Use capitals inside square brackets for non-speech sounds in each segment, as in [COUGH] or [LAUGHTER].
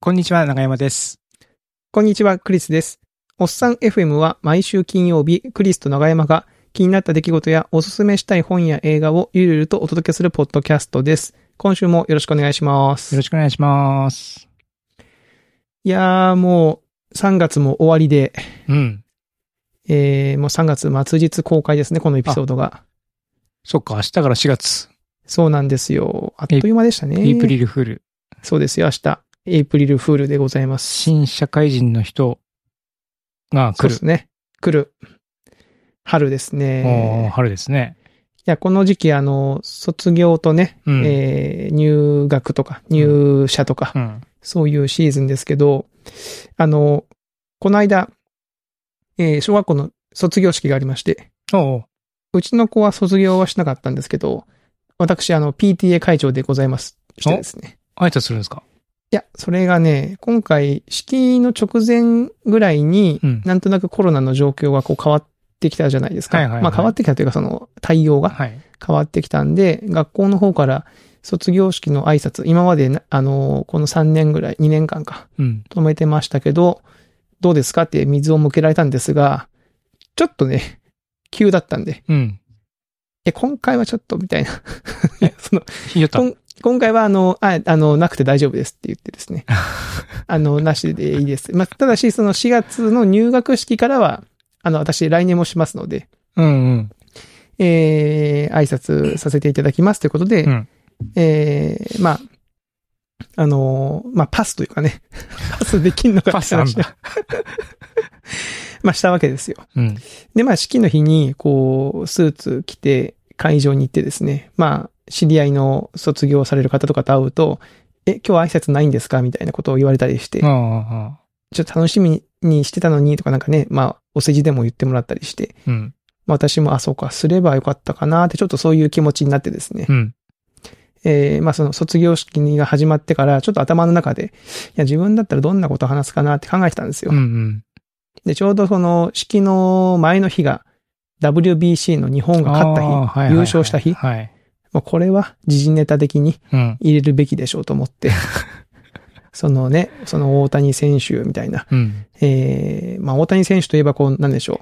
こんにちは、長山です。こんにちは、クリスです。おっさん FM は毎週金曜日、クリスと長山が気になった出来事やおすすめしたい本や映画をゆるゆるとお届けするポッドキャストです。今週もよろしくお願いしまよすろ。しくお願いします。いやー、もう3月も終わりで、うん。えー、もう3月末日公開ですね、このエピソードが。そっか、明日から4月。そうなんですよ。あっという間でしたね。エイプリルフール。そうですよ、明日。エイプリルフールでございます。新社会人の人がそう来でる。すね。来る。春ですおーね。春ですね。いや、この時期、あの、卒業とね、うん。えー入学とか入社とか、うん。そういうシーズンですけど、あの、この間、えー小学校の卒業式がありまして、おううちの子は卒業はしなかったんですけど、私、あの、PTA 会長でございます。してですね。挨拶するんですかいや、それがね、今回、式の直前ぐらいに、うんなんとなくコロナの状況がこう変わってきたじゃないですか。はいはいはいまあ変わってきたというか、その対応が。はい。変わってきたんで、学校の方から卒業式の挨拶、今までな、あの、この3年ぐらい、2年間か、うん。止めてましたけど、どうですかって水を向けられたんですが、ちょっとね、急だったんで、うん。え、今回はちょっと、みたいな。 [LAUGHS] その、言いよったこ。ん今回はあの、あ、あの、なくて大丈夫ですって言ってですね。あの、なしでいいです。まあ、ただし、その4月の入学式からは、あの、私来年もしますので、うんうん。えー、挨拶させていただきますということで、うんえー、まあ、あのーまあ、パスというかね、 [LAUGHS] パスできんのかパスあんって話だ。 [LAUGHS] まあ、したわけですよ。うん。で、まあ、式の日に、こう、スーツ着て会場に行ってですね、まあ、知り合いの卒業される方とかと会うと、え、今日挨拶ないんですかみたいなことを言われたりして、ああああ、ちょっと楽しみにしてたのにとかなんかね、まあ、お世辞でも言ってもらったりして、うん。まあ、私も、あ、そうか、すればよかったかなって、ちょっとそういう気持ちになってですね、うん。えーまあその卒業式が始まってから、ちょっと頭の中で、いや、自分だったらどんなことを話すかなって考えてたんですよ。うんうん。で、ちょうどその式の前の日が、WBC の日本が勝った日、ああはいはいはい優勝した日、はい。もうこれは時事ネタ的にうん。入れるべきでしょうと思 [LAUGHS] って、そのね、その大谷選手みたいな、うん。えーまあ大谷選手といえばこう、なんでしょ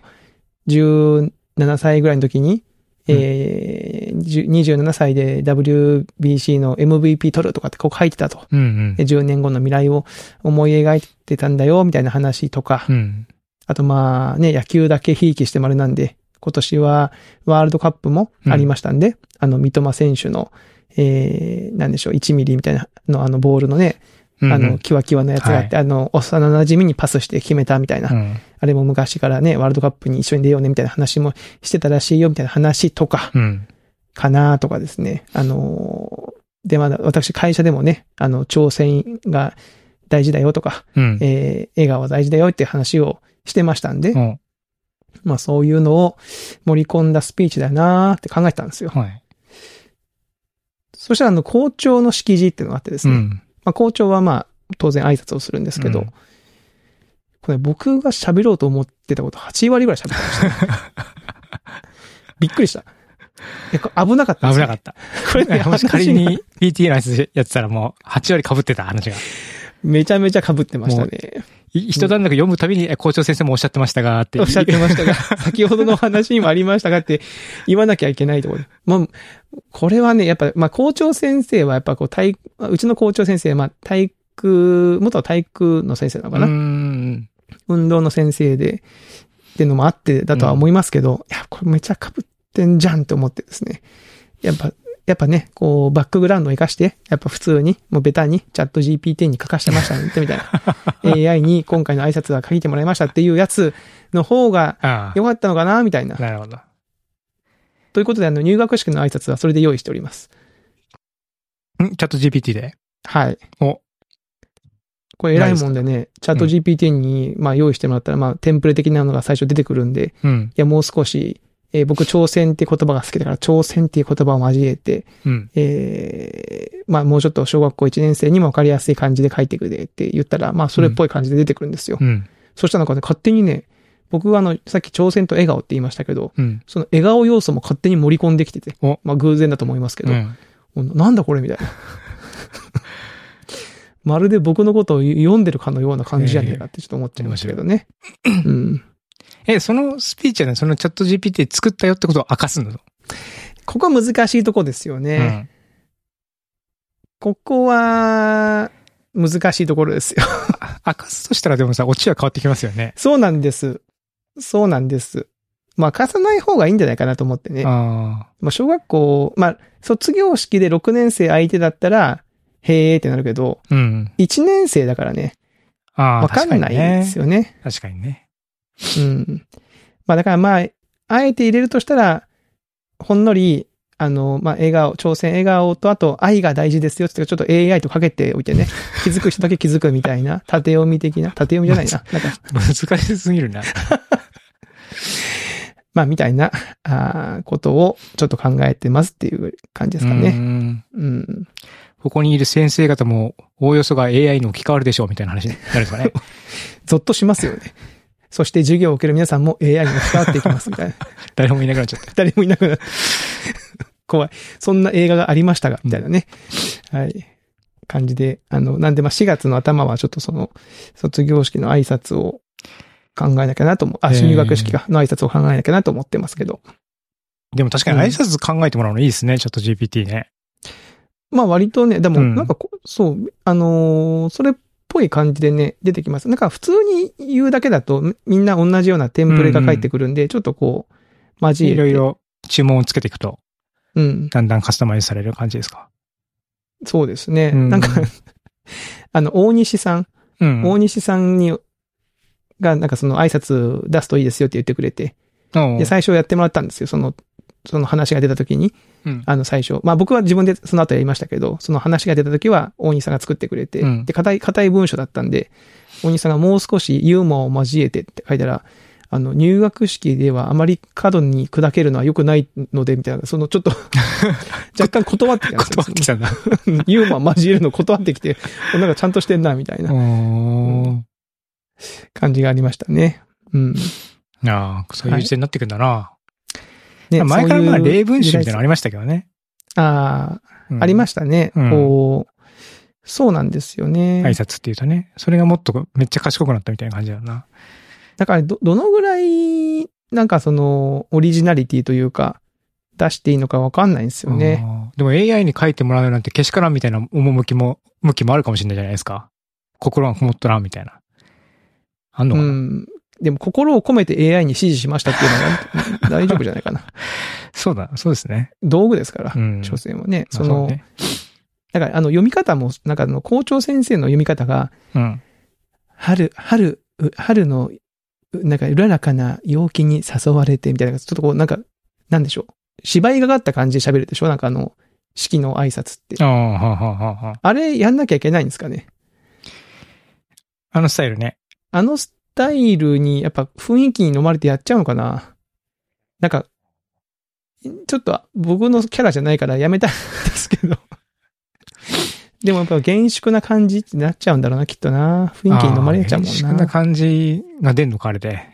う、17歳ぐらいの時に、えーじゅ27歳で WBC の MVP 取るとかってこう書いてたと。うんうんで。10年後の未来を思い描いてたんだよ、みたいな話とかう、ん。あとまあね、野球だけひいきしてもあれなんで、今年はワールドカップもありましたんで、あの、三笘選手の、えー、なんでしょう、1ミリみたいなの、あの、ボールのね、うん。あの、キワキワのやつがあって、あの、幼馴染みにパスして決めたみたいな、うん、あれも昔からね、ワールドカップに一緒に出ようね、みたいな話もしてたらしいよ、みたいな話とか、うん。かなとかですね。あのーで、まだ私会社でもね、あの、挑戦が大事だよとか、うん。えー笑顔は大事だよっていう話をしてましたんで、うんまあそういうのを盛り込んだスピーチだなーって考えてたんですよ。はい。そしたらあの、校長の式辞っていうのがあってですうね、ん。まあ校長はまあ当然挨拶をするんですけど、うんこれ僕が喋ろうと思ってたこと8割ぐらい喋って [LAUGHS] ました。びっくりした。いやこれ危なかったです危なね、かった。 [LAUGHS] これね、もし仮話がに PT のやつやってたらもう8割被ってた話が。めちゃめちゃ被ってましたね。い一段落読むたびに、え校長先生もおっしゃってましたが、って。おっしゃってましたが、先ほどのお話にもありましたがって言わなきゃいけないところで。まあ、これはね、やっぱ、まあ、校長先生はやっぱこう、体、うちの校長先生、まあ、体育、元は体育の先生なのかうーな、ん。運動の先生で、っていうのもあってだとは思いますけど、いや、これめちゃ被ってんじゃんと思ってですね。やっぱ、やっぱね、こう、バックグラウンドを活かして、やっぱ普通に、もうベタに、チャット GPT に書かしてましたね、み [LAUGHS] たいな。AI に今回の挨拶は書いてもらいましたっていうやつの方があ良かったのかな、みたいなあ。。なるほど。ということで、あの、入学式の挨拶はそれで用意しております。んチャット GPT で。はい。お。これ偉いもんでね、チャット GPT に、まあ、用意してもらったら、まあ、テンプレ的なのが最初出てくるんで、うん。いや、もう少し、えー僕、挑戦って言葉が好きだから、挑戦っていう言葉を交えて、うん。えーまあ、もうちょっと小学校1年生にも分かりやすい感じで書いてくれって言ったら、まあ、それっぽい感じで出てくるんですよ。うん。そしたらなんかね、勝手にね、僕はあの、さっき挑戦と笑顔って言いましたけど、うん。その笑顔要素も勝手に盛り込んできててお、まあ、偶然だと思いますけう [LAUGHS] ど、ん。もうなんだこれみたいな。まるで僕のことを読んでるかのような感じじゃねえかってちょっと思っちゃいましたけどね。うん。え、そのスピーチはね、そのチャット GPT で作ったよってことを明かすのここは難しいとこですようね。ん。ここは、難しいところですよ。 [LAUGHS] 明かすとしたらでもさ、オチは変わってきますよね。そうなんです。そうなんです。まあ、貸さない方がいいんじゃないかなと思ってね。あまあ、小学校、まあ、卒業式で6年生相手だったら、へーってなるけど、あ。うん。 1年生だからね、ああ。わかんないんですよ。よね。確かにね。うん。まあだからまあ、あえて入れるとしたら、ほんのり、あの、まあ、笑顔、挑戦笑顔と、あと、愛が大事ですよって、ちょっと AI とかけておいてね、 [LAUGHS] 気づく人だけ気づくみたいな、縦読み的な、縦読みじゃないな、なんか、難しすぎるな。まあ、みたいな、 [LAUGHS] あーことをちょっと考えてますっていう感じですかね。ね。うん。ここにいる先生方も、おおよそが AI に置き換わるでしょうみたいな話になるんですか [LAUGHS] ね。ゾッとしますよね。そして授業を受ける皆さんも AI に伝わっていきますみたいな。 [LAUGHS] 誰もいなくなっちゃった。誰もいなくなる。 [LAUGHS] 怖い。そんな映画がありましたが、みたいなね。はい。感じで、あの、なんで、まあ、4月の頭はちょっとその、卒業式の挨拶を考えなきゃなと思う。あ、えー入学式か、の挨拶を考えなきゃなと思ってますけど。でも確かに挨拶考えてもらうのいいですね、チャット GPT ね。まあ、割とね、でも、うんなんかこ、そう、あのーそれっぽい感じでね、出てきます。なんか、普通に言うだけだと、みみんな同じようなテンプレが返ってくるんで、ちょっとこう、交えいて。ろい。ろ注文をつけていくと、うん。だんだんカスタマイズされる感じですか。そうですね。うんなんか、 [LAUGHS] あの、大西さん。うん。大西さんに、が、なんかその挨拶出すといいですよって言ってくれて、うんで、最初やってもらったんですよ、その、その話が出た時に、うんあの最初。まあ僕は自分でその後やりましたけど、その話が出た時は大西さんが作ってくれて、うんで、硬い、硬い文章だったんで、大西さんがもう少しユーモアを交えてって書いたら、あの、入学式ではあまり過度に砕けるのは良くないので、みたいな、そのちょ [LAUGHS] っと、若干断ってきたんです断よってきたんだ。 [LAUGHS] ユーモア交えるの断ってきて、おなんかちゃんとしてんな、みたいなお感じがありましたね。うん。ーああ、そういう時代になってくんだな。ね前からまあ例文集みたいなのあありりましたけどね。あー、ありまししたね。うんこう、そうなんですよね。挨拶っていうとね。それがもっとめっちゃ賢くなったみたいな感じだよな。だから、ど、どのぐらい、なんかその、オリジナリティというか、出していいのかわかんないんですよね。あーでも AI に書いてもらうなんてけしからんみたいな趣も、向きもあるかもしれないじゃないですか。心がこもっとらんみたいな。あんのうかな、ん。でも、心を込めて AI に指示しましたっていうのは [LAUGHS] 大丈夫じゃないかな。そうだ、そうですね。道具ですからう、ん。所詮はね。まあその、うねだから、あの、読み方も、なんかあの、校長先生の読み方が、うん。春、春、う春の、うなんか、うららかな陽気に誘われて、みたいな、ちょっとこう、なんか、なんでしょう。芝居がかった感じで喋るでしょなんかあの、式の挨拶って。ああ、はあはあはあはあ。あれ、やんなきゃいけないんですかねあのスタイルね。あのスタイルに、やっぱ雰囲気に飲まれてやっちゃうのかななんか、ちょっと僕のキャラじゃないからやめたいんですけど。でもやっぱ厳粛な感じってなっちゃうんだろうな、きっとな。雰囲気に飲まれちゃうあーもんな。厳粛な感じが出んのか、あれで。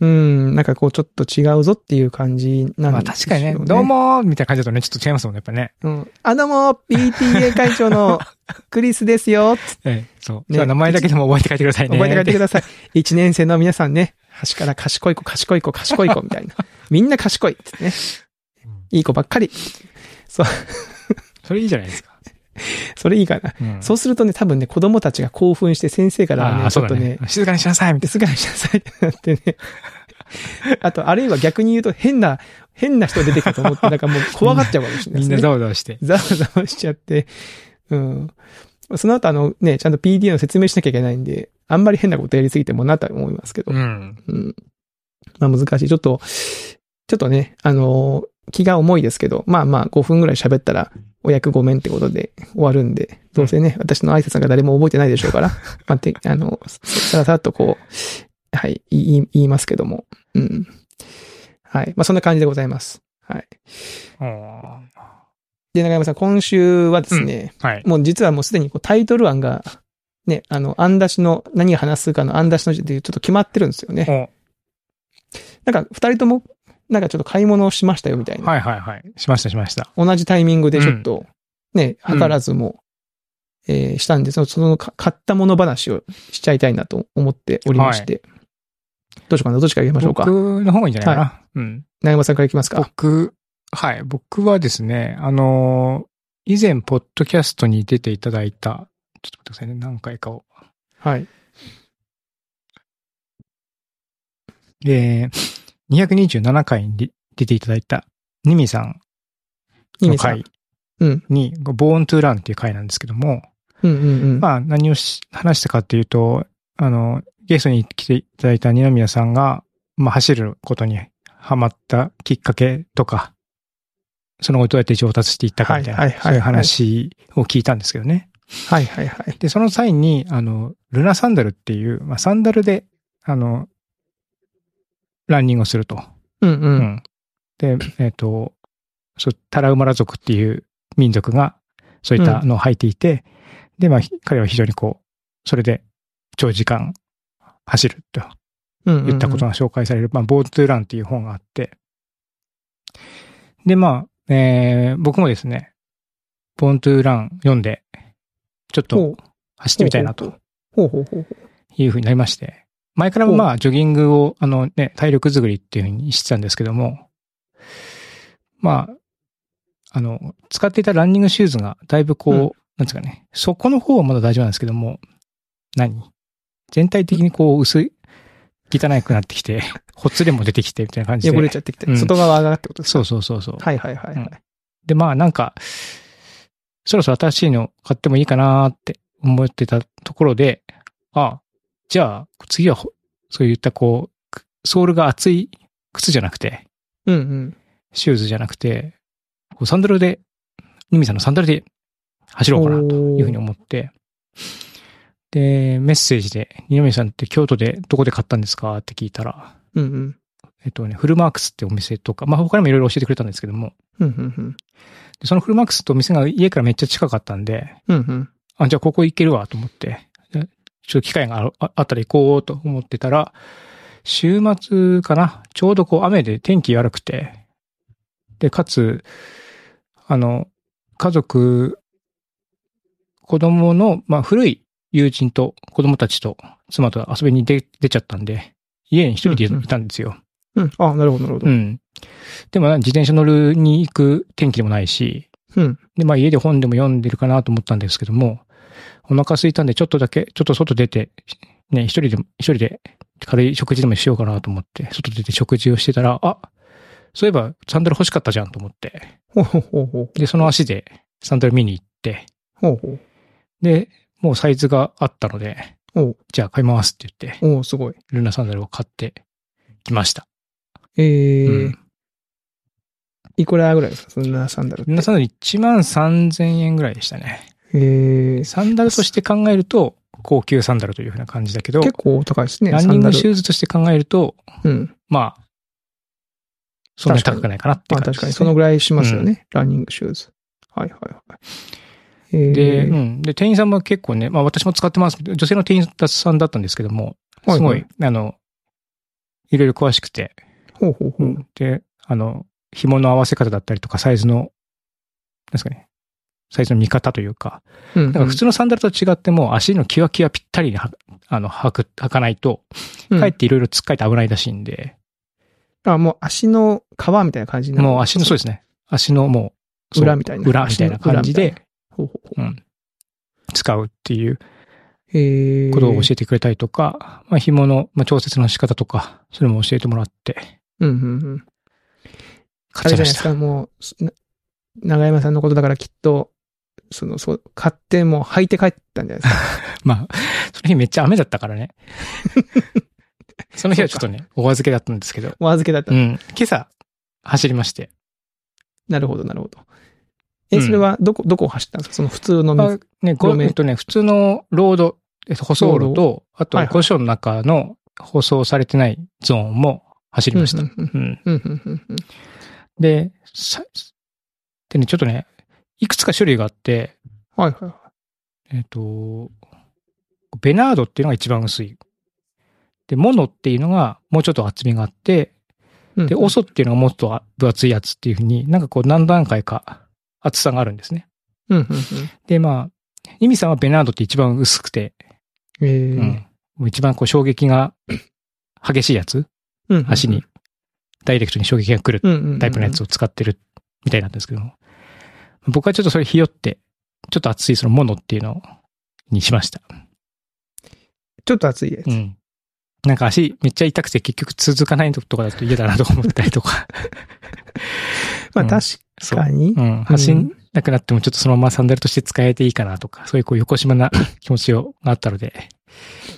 うん、なんかこうちょっと違うぞっていう感じまなんあで確すかよにね。ね、どう。もーみたいな感じだとね、ちょっと違いますもんね、やっぱね。うん。あ、どうも、PTA 会長のクリスですよ。ええ、そう。ねじゃあ名前だけでも覚えて帰ってください [LAUGHS] ね。覚えて帰ってください。1年生の皆さんね、端から賢い子、賢い子、賢い子みた [LAUGHS] いな。みんな賢いっつってね。いい子ばっかり。それいいじゃないですか。それいいかな。うんそうするとね、多分ね、子供たちが興奮して先生からあはーね、ちそょうっだとねね、。静かにしなさいみたいで、すがにしなさいってなってね。 [LAUGHS] あと、あるいは逆に言うと変な、変な人出てきたと思って、なんかもう怖がっちゃうかもしれな。ないでみんな。すねざわざわして。ざわざわしちゃって、うん。その後あのね、ちゃんと PDA の説明しなきゃいけないんで、あんまり変なことやりすぎてもなとは思いますけどう、ん。うん。まあ難しい。ちょっと、ちょっとね、あのー気が重いですけど、まあまあ5分ぐらい喋ったら、お役ごめんってことで終わるんで、どうせね、私の挨拶なんか誰も覚えてないでしょう [LAUGHS] から、まあ、てあの、さらさらっとこう、はい、言い言いますけども、うん。はい。まあそんな感じでございます。はい。うんで、中山さん、今週はですね、はい。もう実はもうすでにこうタイトル案が、ね、あの、案出しの、何を話すかの案出しの時点でちょっと決まってるんですよね。おなんか、二人とも、なんかちょっと買い物をしましたよみたいな。はいはいはい。しましたしました。同じタイミングでちょっと、ね、うん図らずも、えーしたんで、その、そのか買ったもの話をしちゃいたいなと思っておりまして。どうしようかなどっちから行きましょうか。僕の方がいいんじゃないかな。うん。長山さんから行きますか。僕、はい。僕はですね、あのー以前、ポッドキャストに出ていただいた、ちょっと待ってくださいね、何回かを。はい。えー、227回に出ていただいた、ニミさんいいのねさん回うん。に、ボーントゥーランっていう回なんですけども、うんうんうん。まあ何をし話したかっていうと、あの、ゲストに来ていただいた二宮さんが、まあ走ることにハマったきっかけとか、その後どうやって上達していったかみたいはいな、はいはいそういう話を聞いたんですけどね。はいはいはい。で、その際に、あの、ルナサンダルっていう、まあサンダルで、あの、ランニングをすると。うんう。うんん。で、えっ、と、そう、タラウマラ族っていう民族が、そういったのを履いていて、で、まあ、ひ彼は非常にこう、それで長時間走るとうんうん言ったことが紹介される、まあ、ボートゥーランっていう本があって、で、まあ、えー僕もですね、ボーントゥーラン読んで、ちょっほとう走ってみたいなとほうほうほうほう。いうふうになりまして、前からまあ、ジョギングを、あのね、体力作りっていうふうにしてたんですけども、まあ、あの、使っていたランニングシューズが、だいぶこう、うんなんですかね、そこの方はまだ大丈夫なんですけども、何全体的にこう、薄い、汚くなってきて、 [LAUGHS] ほつれも出てきて、みたいな感じで。汚れちゃってきて、うん外側がってことです。そううそうそうそう。はいはいはいはい。で、まあなんか、そろそろ新しいの買ってもいいかなーって思ってたところで、あ、じゃあ次はほ、そういったこうく、ソールが厚い靴じゃなくて、うんうん。シューズじゃなくて、こうサンダルで、ニミさんのサンダルで走ろうかなというふうに思って、で、メッセージで、二宮さんって京都でどこで買ったんですかって聞いたら、うんうん。えっとね、フルマークスってお店とか、まあ他にもいろいろ教えてくれたんですけども、うんうんうん。でそのフルマックスとお店が家からめっちゃ近かったんで、うんうん。あ、じゃあここ行けるわと思って、でちょっと機会があるああったら行こうと思ってたら、週末かなちょうどこう雨で天気悪くて、で、かつ、あの、家族、子供の、まあ古い友人と子供たちと妻と遊びに出出ちゃったんで、家に一人でいたんですよ。うん。あ、なるほどなるほどう。ん。でも、自転車乗るに行く天気でもないし、うんで、まあ家で本でも読んでるかなと思ったんですけども、お腹空いたんでちょっとだけ、ちょっと外出て、ね、一人でも、一人で軽い食事でもしようかなと思って、外出て食事をしてたら、あ、そういえばサンダル欲しかったじゃんと思って、ほうほうほうほう。で、その足でサンダル見に行って、ほうほう。で、もうサイズがあったので、おうじゃあ買いますって言って、おうすごい。ルナサンダルを買ってきました。えーうんいくらぐらいですかそんなサンダルって。ルナサンダル1万3000円ぐらいでしたね。えーサンダルとして考えると、高級サンダルというふうな感じだけど、結構高いですね。ランニングシュューズとして考えると、うん。まあ、そんなに高くないかなってまあ感確じかでに、すそね、のぐらいしますよね。ランニングシューズ。はいはいはい。えーで、うん。で、店員さんも結構ね、まあ私も使ってます。女性の店員さんだったんですけども、はすいごはいい、あの、いろいろ詳しくて、ほうほうほう。で、あの、紐の合わせ方だったりとか、サイズの、なんですかね、サイズの見方というか、うん。なんか普通のサンダルと違っても、足のキワキワぴったりには、あの、履く、履かないと、うんかえっていろいろつっかえて危ないらしいんで、あ、もう足の皮みたいな感じになるもう足の、そうですね。足のもう、そう裏みたいな。裏みたいな感じで、足の裏みたいな。ほうほううほん、使うっていうう。えーことを教えてくれたりとか、まあ、紐の、まあ、調節の仕方とか、それも教えてもらって、うんうんうん。あ買っれちじゃゃいなまいでした。すか、もうすな、長山さんのことだからきっと、その、そう、買ってもう履いて帰ったんじゃないです [LAUGHS] か。まあ、その日めっちゃ雨だったからね。 [LAUGHS] その日はちょっとね、お預けだったんですけど、お預けだったう。ん、今朝、走りまして。なるほど、なるほど。うえ、んそれはどこ、どこを走ったんですかその普通のまあ道。ね、路ご面えっとね、普通のロード、えっと、舗装路ロと、あとはいはい5所の中の舗装されてないゾーンも走りました。うんうんうんうんうんうんうんで、さ、でね、ちょっとね、いくつか種類があって、はいはいはえっ、と、ベナードっていうのが一番薄い。で、モノっていうのがもうちょっと厚みがあって、いうん。で、オソっていうのがもっと分厚いやつっていうふうになんかこう何段階か厚さがあるんですね。うんうんうん。で、まあ、イミさんはベナードって一番薄くて、えうーん。もう一番こう衝撃 [CLEARS THROAT] が激しいやつうん足に、ダイレクトに衝撃が来るうんうんうんタイプのやつを使ってるみたいなんですけども。僕はちょっとそれひよって、ちょっと熱いそのモノっていうのにしました。ちょっと熱いやつ。うん。なんか足めっちゃ痛くて結局続かないととかだと嫌だなとか思ったりとか。 [LAUGHS] まあうん確そうかにう。ん。走んなくなってもちょっとそのままサンダルとして使えていいかなとか、そういうこう横島な気持ちをがあったので、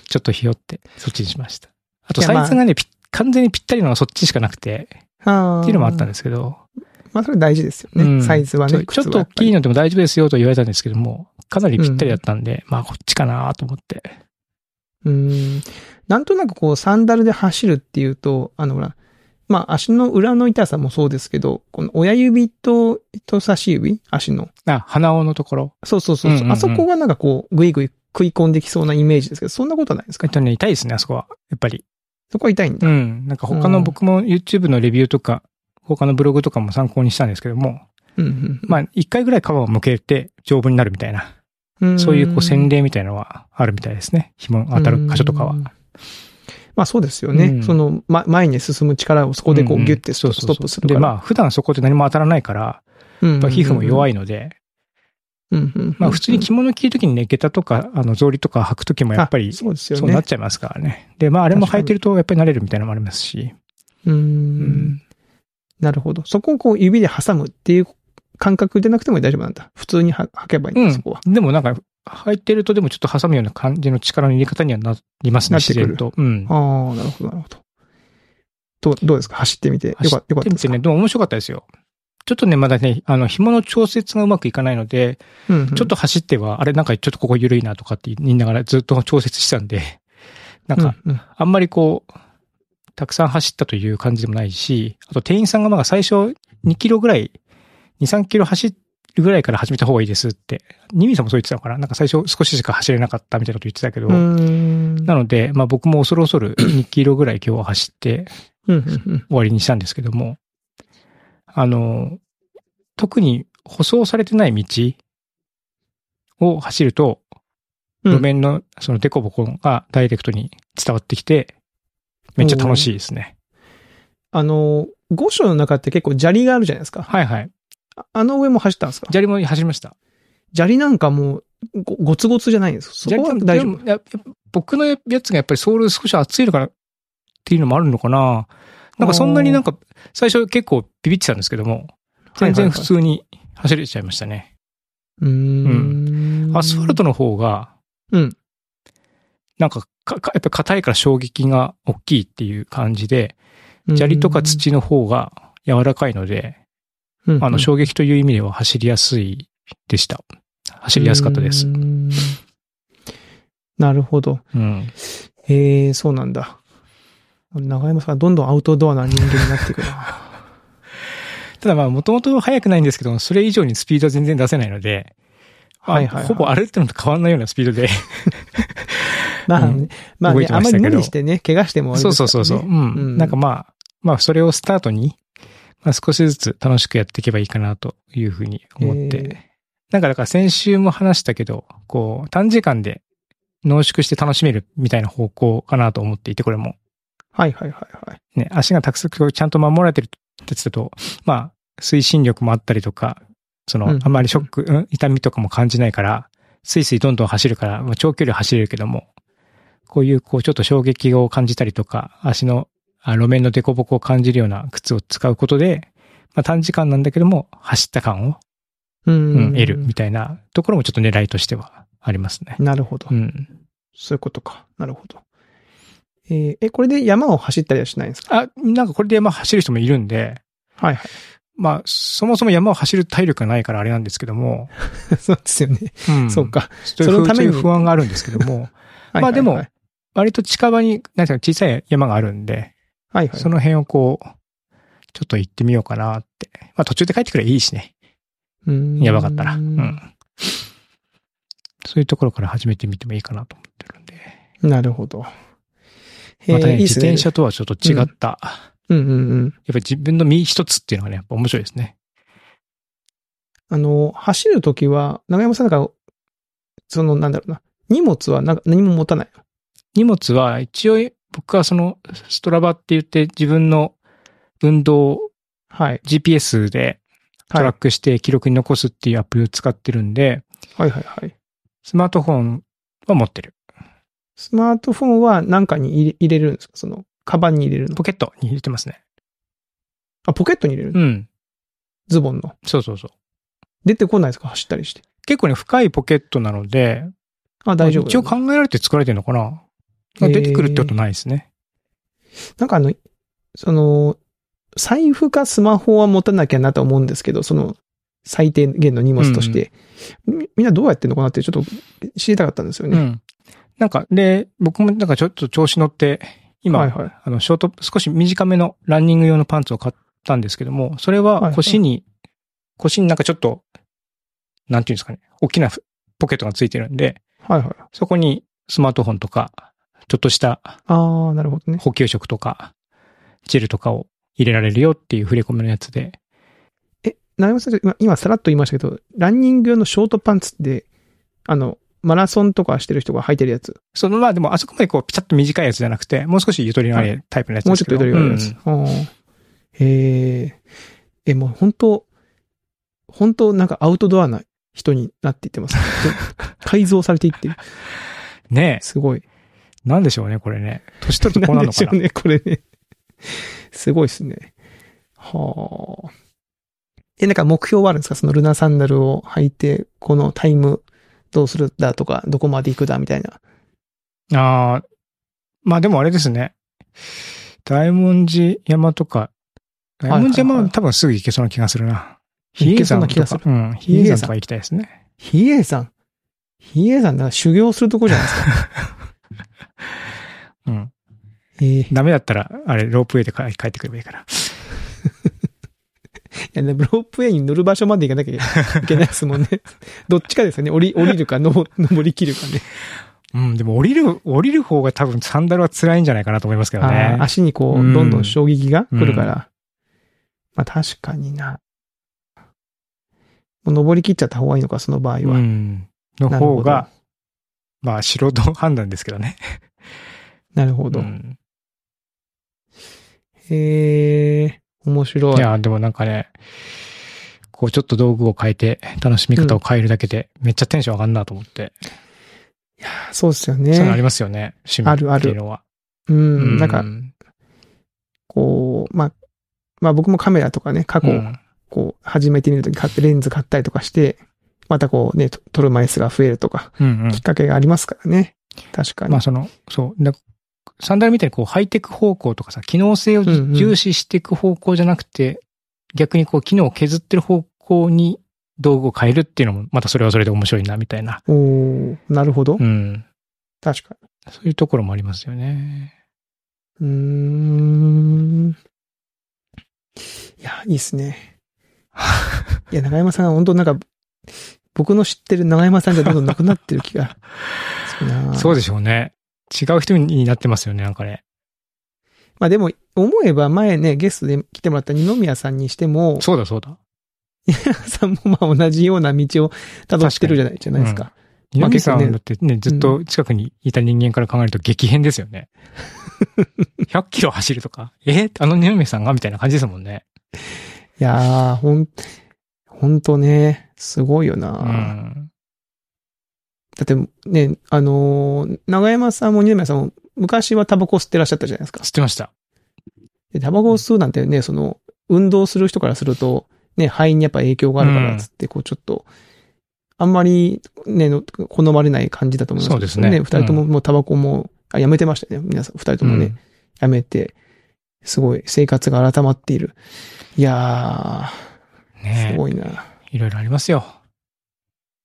ちょっとひよってそっちにしました。あといやまあサイズがね、ぴ完全にぴったりなのはそっちしかなくて、あーっていうのもあったんですけど、まあそれ大事ですようんね。サイズはちょね。ちょっと大きいの。のでも大丈夫ですよと言われたんですけども、かなりぴったりだったんで、まあこっちかなと思って。うん。なんとなくこうサンダルで走るっていうと、あのほら、まあ足の裏の痛さもそうですけど、この親指と人差し指足の。あ、鼻緒のところ。そうそうそううんそううんうんあそこがなんかこう、ぐいぐい食い込んできそうなイメージですけど、そんなことはないですえかっとね、痛いですね、あそこは。やっぱり。そこは痛いんだ。うん。なんか他のうん僕も YouTube のレビューとか、他のブログとかも参考にしたんですけども、うんうんまあ、一回ぐらい皮を向けて丈夫になるみたいな、うんそういうこう洗礼みたいなのはあるみたいですね。紐が当たる箇所とかはう。んまあそうですよね。うんその、ま、前に進む力をそこでこんうギュッてスそトうスそうそトうップするかで、ら。まあ、普段そこで何も当たらないから、やっぱ皮膚も弱い。いので、うんうんうんまあ、普通に着物着るときにね、下駄とか、あの、草履とか履くときもやっぱりあ、そうですよそうなっね。ちゃいますからね。で、まあ、あれも履いてるとやっぱり慣れるみたいなのもありますし。う。うんんなるほど。そこをこう指で挟むっていう感覚でなくても大丈夫なんだ。普通には履けばいいんだ、うんそこは。でもなんか、履いてるとでもちょっと挟むような感じの力の入れ方にはなりますね、なっ自てくる然と。うん。ああ、なるほど、なるほど。どう、どうですか走ってみて。よかよかった走でってすみかてね、でも面白かったですよ。ちょっとね、まだね、あの、紐の調節がうまくいかないので、うんうんちょっと走っては、あれなんかちょっとここ緩いなとかって言いながらずっと調節してたんで、なんか、うんうんあんまりこう、たくさん走ったという感じでもないし、あと店員さんがまあ最初2キロぐらい、2、3キロ走るぐらいから始めた方がいいですって、ニミさんもそう言ってたのかななんか最初少ししか走れなかったみたいなこと言ってたけど、うーんなので、まあ僕も恐る恐る2キロぐらい今日は走って、うんうんうん終わりにしたんですけども、あの、特に舗装されてない道を走ると、うん路面のそのデコボコがダイレクトに伝わってきて、めっちゃ楽しいですね。あの、五所の中って結構砂利があるじゃないですか。はいはい。ああの上も走ったんですか砂利も走りました。砂利なんかもうご、ごつごつじゃないんですかそこは砂利大丈で夫もや僕のやつがやっぱりソール少し厚いのかなっていうのもあるのかな。なんかそんなになんか最初結構ビビってたんですけども、全然普。通に走れちゃいましたね。はいはいはいうん。アスファルトの方が、うん。なんかか、かやっぱ硬いから衝撃が大きいっていう感じで、砂利とか土の方が柔らかいので、うん、あの、衝撃という意味では走りやすいでした。走りやすかったでうす。ん。なるほど。うん。へえ、そうなんだ。長山さんはどんどんアウトドアな人間になっていく [LAUGHS] な。ただまあ、もともと速くないんですけど、それ以上にスピードは全然出せないので、まあはいはいはいほぼ歩いてるのと変わんないようなスピードで。まあね、まあ動いね、てあまんしまたりけど無理してね、怪我しても悪いそでうそすかうらねそうそう。う。うんんなんかまあ、まあ、それをスタートに、まあ少しずつ楽しくやっていけばいいかなというふうに思って。えーなんかだから先週も話したけど、こう、短時間で濃縮して楽しめるみたいな方向かなと思っていて、これも。はいはいはいはい。ね、足がたくさんこうちゃんと守られてるやつだと、まあ、推進力もあったりとか、そうんの、あんまりショック、うん痛みとかも感じないから、スイスイどんどん走るから、まあ、長距離は走れるけども、こういう、こう、ちょっと衝撃を感じたりとか、足の、あ路面の凸凹を感じるような靴を使うことで、まあ、短時間なんだけども、走った感をううん、ん。得るみたいなところもちょっと狙いとしてはありますね。なるほどう。ん。そういうことか。なるほど。えーえ、これで山を走ったりはしないんですかあ、なんかこれで山走る人もいるんで、はいはい。まあ、そもそも山を走る体力がないからあれなんですけども、 [LAUGHS] そうですよね。うんそう。か。そそのたそうめにいう不安があるんですけども、はいはいはいまあでもはい割と近場に、なんていうか小さい山があるんで、はい。その辺をこう、ちょっと行ってみようかなって。まあ途中で帰ってくればいいしね。うーんやばかったら。うん。そういうところから始めてみてもいいかなと思ってるんで。なるほど。へまたーね、いいっ自すね転車とはちょっと違った、うんうんうん。やっぱり自分の身一つっていうのがね、やっぱ面白いですね。あの、走るときは、長山さんなんか、その、なんだろうな。荷物はなんか何も持たないの。荷物は一応僕はそのストラバって言って自分の運動をはい。 GPS でトはラいッ。クして記録に残すっていうアプリを使ってるんで、はいはいはい。スマートフォンは持ってる。スマートフォンは何かに入れ入れるんですかその、カバンに入れるのポ。ケットに入れてますね。あ、ポケットに入れるの、うん。ズボンの。そうそうそう。出てこないですか走ったりして。結構ね、深いポケットなので、あ、大丈夫、一応考えられて作られてるのかなへー出てくるってことないですね。なんかあの、その、財布かスマホは持たなきゃなと思うんですけど、その、最低限の荷物として、みみんなどうやってんのかなってちょっと知りたかったんですようね。ん。なんか、で、僕もなんかちょっと調子乗って、今、はいはい。あの、ショート、少し短めのランニング用のパンツを買ったんですけども、それは腰に、腰になんかちょっと、なんていうんですかね、大きなふポケットがついてるんで、はいはい。そこにスマートフォンとか、ちょっとしたあー、なるほどね。補給食とか、ジェルとかを入れられるよっていう振り込みのやつで、え、な山さん、今、今さらっと言いましたけど、ランニング用のショートパンツって、あの、マラソンとかしてる人が履いてるやつ。そのまあでもあそこまでこうピチャッと短いやつじゃなくて、もう少しゆとりのあるタイプのやつもでうちょすけっとど。緑があるやつ。うんあーへえ。え、もう本当本当なんかアウトドアな人になっていってます。 [LAUGHS] 改造されていってる。ねす [LAUGHS] ごい。え、なんでしょうね、これね。年取るとこうななんるでのかしなょう。ね、これね。すごいですね。はあ。え、なんか目標はあるんですかそのルナサンダルを履いて、このタイムどうするだとか、どこまで行くだみたいな。ああ、まあでもあれですね。大文字山とか、い大はいはい文字山は多分すぐ行けそうな気がするな。比行け叡そう山なと気かがする。うん、比叡山とか行きたいですね。比叡山。比叡山だから修行するとこじゃな [LAUGHS] いですか。うん。えーダメだったら、あれ、ロープウェイで帰帰ってくればいいから。いや、でもロープウェイに乗る場所まで行かなきゃいけないですもんね。 [LAUGHS] どっちかですよね。降り、降りるか、のぼ [LAUGHS] 登り切るかね。うん、でも降りる、降りる方が多分サンダルは辛いんじゃないかなと思いますけどあねー。足にこうんう、どんどん衝撃が来るから。うまあ確かにな。もう登り切っちゃった方がいいのか、その場合は。うん。のなる方ほどが、まあ、素人判断ですけどね。なるほど。うんへえ、面白い。いや、でもなんかね、こうちょっと道具を変えて、楽しみ方を変えるだけで、めっちゃテンション上がんなと思って。そうですよそういうのありね。ますよね。趣味っていうのは。う。うんなんかう、んこう、まあ、まあ僕もカメラとかね、過去、こう、始めてみるとき買って、レンズ買ったりとかして、またこうね、と撮る枚数が増えるとか、うんうんきっかけがありますからね。確かに。まあその、そう。だサンダルみたいにこうハイテク方向とかさ、機能性をうんうん重視していく方向じゃなくて、逆にこう機能を削ってる方向に道具を変えるっていうのも、またそれはそれで面白いな、みたいな。おーなるほど。うん。確かそういうところもありますよね。に。うーん。いや、いいっ [LAUGHS] すね。いや、長山さん、本当なんか、僕の知ってる長山さんじゃどんどんなくなってる気がするなそうでしょうね。違う人になってますよね、なんかね。まあでも、思えば前ね、ゲストで来てもらった二宮さんにしても、そうだそうだ。長山 [LAUGHS] さんもまあ同じような道を辿ってるじゃないじゃないですか。二まあ宮さ結構んねだってね、ずっと近くにいた人間から考えると激変ですよね。100キロ走るとか、えあの二宮さんがみたいな感じですもんね。いやー、ほん、ほんとね、すごいよな、うん。だってね、あのー長山さんも二宮さんも昔はタバコ吸ってらっしゃったじゃないですか。知ってました。でタバコを吸うなんてね、その、運動する人からすると、ね、肺にやっぱ影響があるかうら、んつって、こうちょっと、あんまり、ね、の好まれない感じだと思いますそうですね二人とももうタバコも、あ、やめてましたね。皆さん、二人ともね、うんやめて、すごい、生活が改まっている。いやー、ねすえごいな。いろいろありますよ。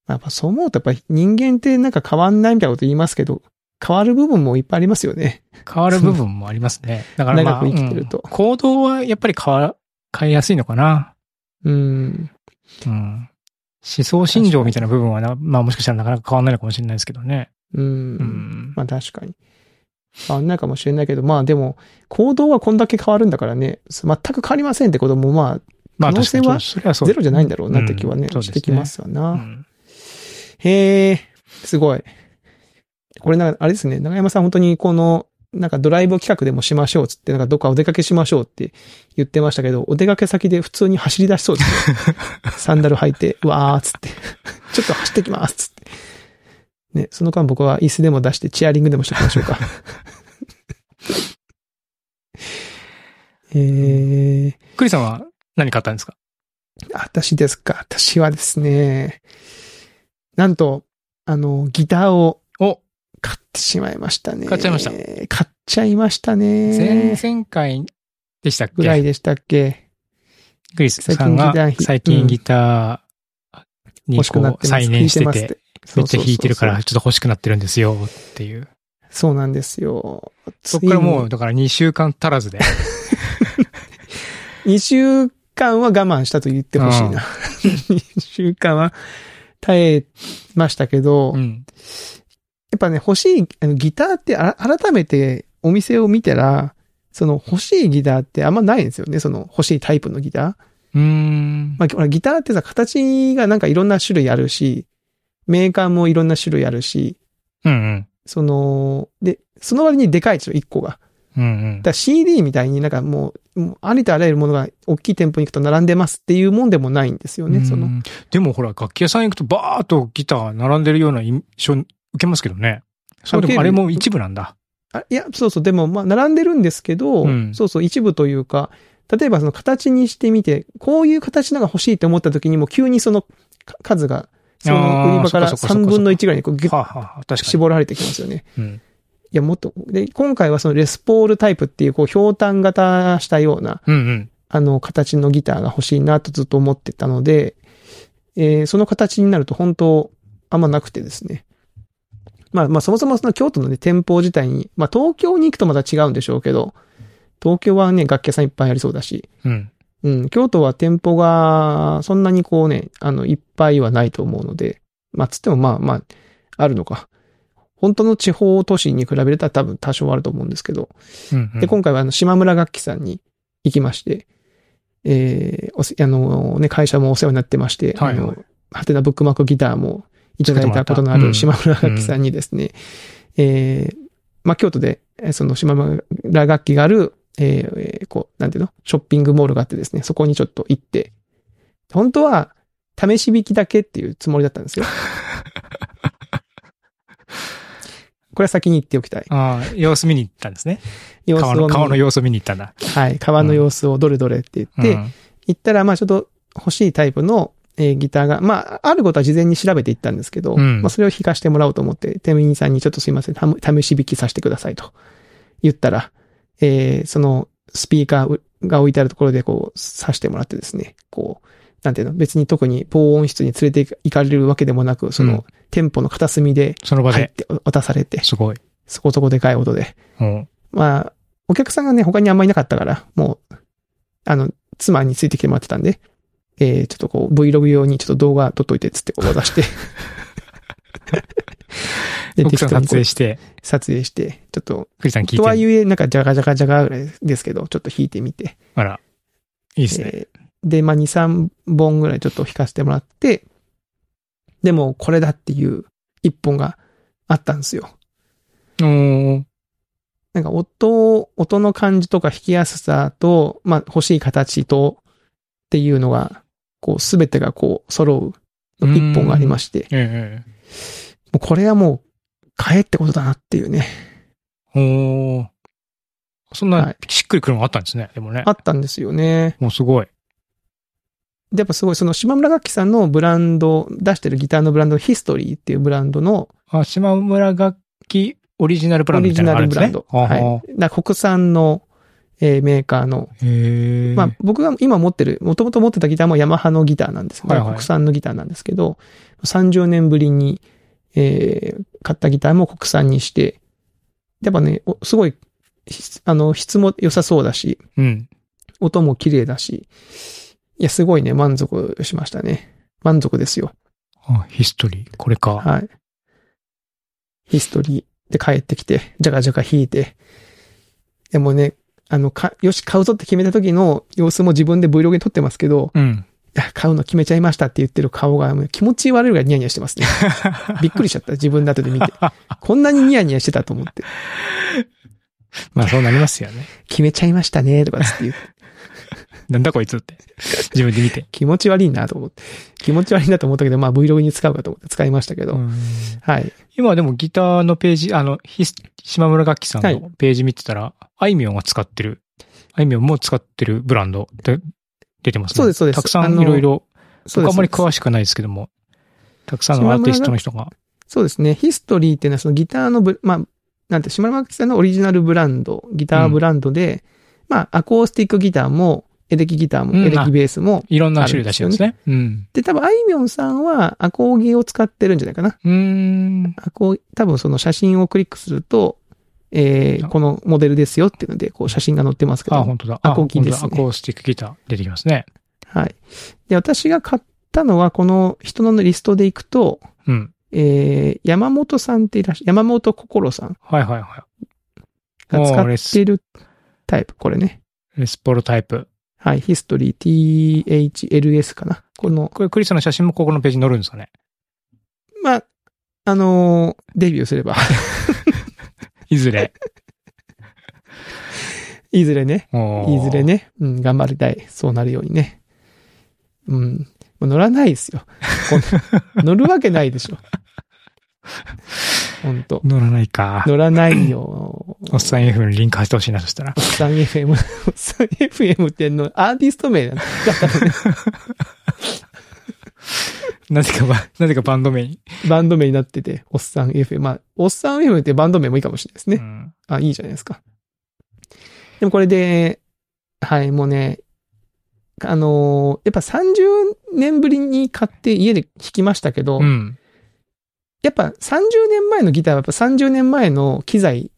やっぱそう思うと、やっぱり人間ってなんか変わんないみたいなこと言いますけど、変わる部分もいっぱいありますよね。変わる部分もあります [LAUGHS] ね。だからまあ、長く生きてるとうん行動はやっぱり変わ、変えやすいのかな。うん。うん。思想信条みたいな部分はな、まあもしかしたらなかなか変わんないのかもしれないですけどね。うん。うん。まあ確かに。変わんないかもしれないけど、まあでも、行動はこんだけ変わるんだからね、全く変わりませんってこともままあ可確か能性にはそれはあ、そう。ゼロじゃないんだろうなって気はね、うんそうですしねてきますわうな。んへえ、すごい。これなんか、あれですね、長山さん本当にこの、なんかドライブ企画でもしましょうっつって、なんかどっかお出かけしましょうって言ってましたけど、お出かけ先で普通に走り出しそうですね。サンダル履いて、わーっつって、ちょっと走ってきますっつって。ね、その間僕は椅子でも出してチェアリングでもしておきましょうか。えー、クリさんは何買ったんですか私ですか。私はですね、なんと、あの、ギターをお買ってしまいましたね。買っちゃいました買っちゃいましたね。前々回でしたっぐらいけでしたっけ。クリスさんが最最近近ギギターに欲しくなっこうてます。再燃して弾いて、てますめっちゃ弾いてるか。そうそうそうらちょっと欲しくなってるんですよっていう。そうそうなんですよ。そこからもう、つだから2週間足らずで。いに、2週間は我慢したと言ってほしいな。2 [LAUGHS] 週間は耐えましたけど、うん。やっぱね、欲しい、あの、ギターってあら、改めてお店を見たら、その欲しいギターってあんまないんですよね。その欲しいタイプのギター。うーん。まあ、ほらギターってさ、形がなんかいろんな種類あるし、メーカーもいろんな種類あるし、うんうん。その、で、その割にでかいですよ、1個が。うんうんだか。ら CD みたいになんかもう、もうありとあらゆるものが大きい店舗に行くと並んでますっていうもんでもないんですよね、そうの。んでもほら、楽器屋さん行くとバーっとギター並んでるような印象受けますけどね。そうで受けもるあれも一部なんだ。あいや、そうそう、でも、まあ、並んでるんですけど、うんそうそう、一部というか、例えばその形にしてみて、こういう形のが欲しいと思った時にもう急にそのか数が、その売り場からあーそっかそっかそっかそっ3か分の1ぐらいにこうギュはあ、ッはあ、確かに。絞られてきますよね。うん。いや、もっと、で、今回はそのレスポールタイプっていう、こう、氷炭型したような、うんうん。あの、形のギターが欲しいなとずっと思ってたので、えーその形になると本当、あんまなくてですね。まあまあ、そもそもその京都のね、店舗自体に、まあ東京に行くとまた違うんでしょうけど、東京はね、楽器屋さんいっぱいありそうだし、うん。うん、京都は店舗が、そんなにこうね、あの、いっぱいはないと思うので、まあ、つってもまあまあ、あるのか。本当の地方都市に比べると多分多少あると思うんですけど、うんうんで、今回はあの、島村楽器さんに行きまして、えー、おせ、あの、ね、会社もお世話になってまして、はいあの、ハテナブックマークギターもいただいたことのあ作ってもらったる島村楽器さんにですね、えー、まあ、京都で、えーその島村楽器がある、えーえーこう、なんていうのショッピングモールがあってですね、そこにちょっと行って、本当は、試し弾きだけっていうつもりだったんで [LAUGHS] すよ。これは先に言っておきたい。ああ、様子見に行ったんですね。様子を川見の、に川の様子見に行ったんだ。はい、川の様子をどれどれって言って、うん行ったら、まあちょっと欲しいタイプの、えーギターが、まあ、あることは事前に調べていったんですけど、うんまあそれを弾かしてもらおうと思って、店員さんにちょっとすいません、た試し弾きさせてくださいと言ったら、えーそのスピーカーが置いてあるところでこう、さしてもらってですね、こう、なんていうの、別に特に防音室に連れて行かれるわけでもなく、その、うん店舗の片隅でその場入っで。て渡されて、すごい。そこそこでかい音で、うん。まあ、お客さんがね、他にあんまりいなかったから、もう、あの、妻についてきてもらってたんで、えー、ちょっとこう、Vlog 用にちょっと動画撮っといて、つってこう出 [LAUGHS] して。で、奥適さん当撮にこう影して、撮影して、ちょっと、クリさん聞いて。とはいえ、なんか、じゃがじゃがじゃがぐらいですけど、ちょっと弾いてみて。あら、いいですね。えーで、まあ、2、3本ぐらいちょっと弾かせてもらって、でも、これだっていう1本があったんですよ。おーなんか音、音の感じとか弾きやすさと、まあ欲しい形と、っていうのが、こうすべてがこう揃うの一本がありまして、えもうこれはもう、買えってことだなっていうね、えおーそんはないしっくりくるのがあったんですね。でもねあ。ったんですよね。もうすごい。で、やっぱすごい、その島村楽器さんのブランド、出してるギターのブランド、ヒストリーっていうブランドの、あ、島村楽器オリジナルブラオンドみリたジいなのナがあるルんでブすね。ランド。あーはい。だから国産の、えーメーカーの、へえ。まあ僕が今持ってる、もともと持ってたギターもヤマハのギターなんですけど、はいはい国産のギターなんですけど、30年ぶりに、えー買ったギターも国産にして、やっぱね、おすごい、ひあの、質も良さそうだし、うん。音も綺麗だし、いや、すごいね、満足しましたね。満足ですよ。あ、ヒストリー。これか。はい。ヒストリーで帰ってきて、じゃがじゃが弾いて。でもね、あの、か、よし、買うぞって決めた時の様子も自分で Vlog に撮ってますけど、うん。や買うの決めちゃいましたって言ってる顔が、もう気持ち悪いぐらいニヤニヤしてま [LAUGHS] すね。びっくりしちゃった。自分だとで見て。こんなにニヤニヤしてたと思って。まあそうなりますよね。 [LAUGHS] 決めちゃいましたね、とかつって言って。なんだこいつって。自分で見て。気持ち悪いなと思って。気持ち悪いなと思ったけど、まあ Vlog に使うかと思って使いましたけど。うんはい。今でもギターのページ、あの、ひ島村楽器さんはのいページ見てたら、あいみょんが使ってる、あいみょんも使ってるブランドで出てますね。そうですそうですたくさあんのいろいろ、そ僕うであんすまり詳しくないですけども、たくさんのアーティストの人が。そうですね。ヒストリーっていうのはそのギターのブ、まあ、なんて、島村真さんのオリジナルブランド、ギターブランドで、まあ、アコースティックギターも、エレキギターも、うんエレキベースも、いろんな種類出してるんですね。うん。で、多分、あいみょんさんは、アコーギーを使ってるんじゃないかな。うーん。アコー、多分その写真をクリックすると、えー、あこのモデルですよっていうので、こう写真が載ってますけど。あ、本当だ。アあ、コギ本当でだすねアコースティックギター出てきますね。はい。で、私が買ったのは、この人のリストでいくと、うん。えー、山本さんっていらっしゃ、山本心さんはいはいはがお使ーレってスいるタイプ、これね。い。レスポロタイプ。はい、ヒストリー THLS かな。この、これクリスの写真もここのページに載るんですかね。まあ、あのーデビューすれば、 [LAUGHS] いずれ。いずれね、おー [LAUGHS] いずれ。ね、うん、頑張りたい。そうなるようにね。うん、もう乗らないですよ。[LAUGHS] こん乗るわけないでしょ。ほんと。乗らないか。乗らないよ。おっさん F にリンク貼ってほしいな、そしたらお。っさん FM、おっさん FM ってのアーティスト名なんだったのねなぜかば、 [LAUGHS] なぜかバンド名に。バンド名になってて、おっさん FM。まあ、おっさん FM ってバンド名もいいかもしれないですね。うんあ、いいじゃないですか。でもこれで、はい、もうね、あのーやっぱ30年ぶりに買って家で弾きましたけど、うん。やっぱ30年前のギターはやっぱ30年前の機材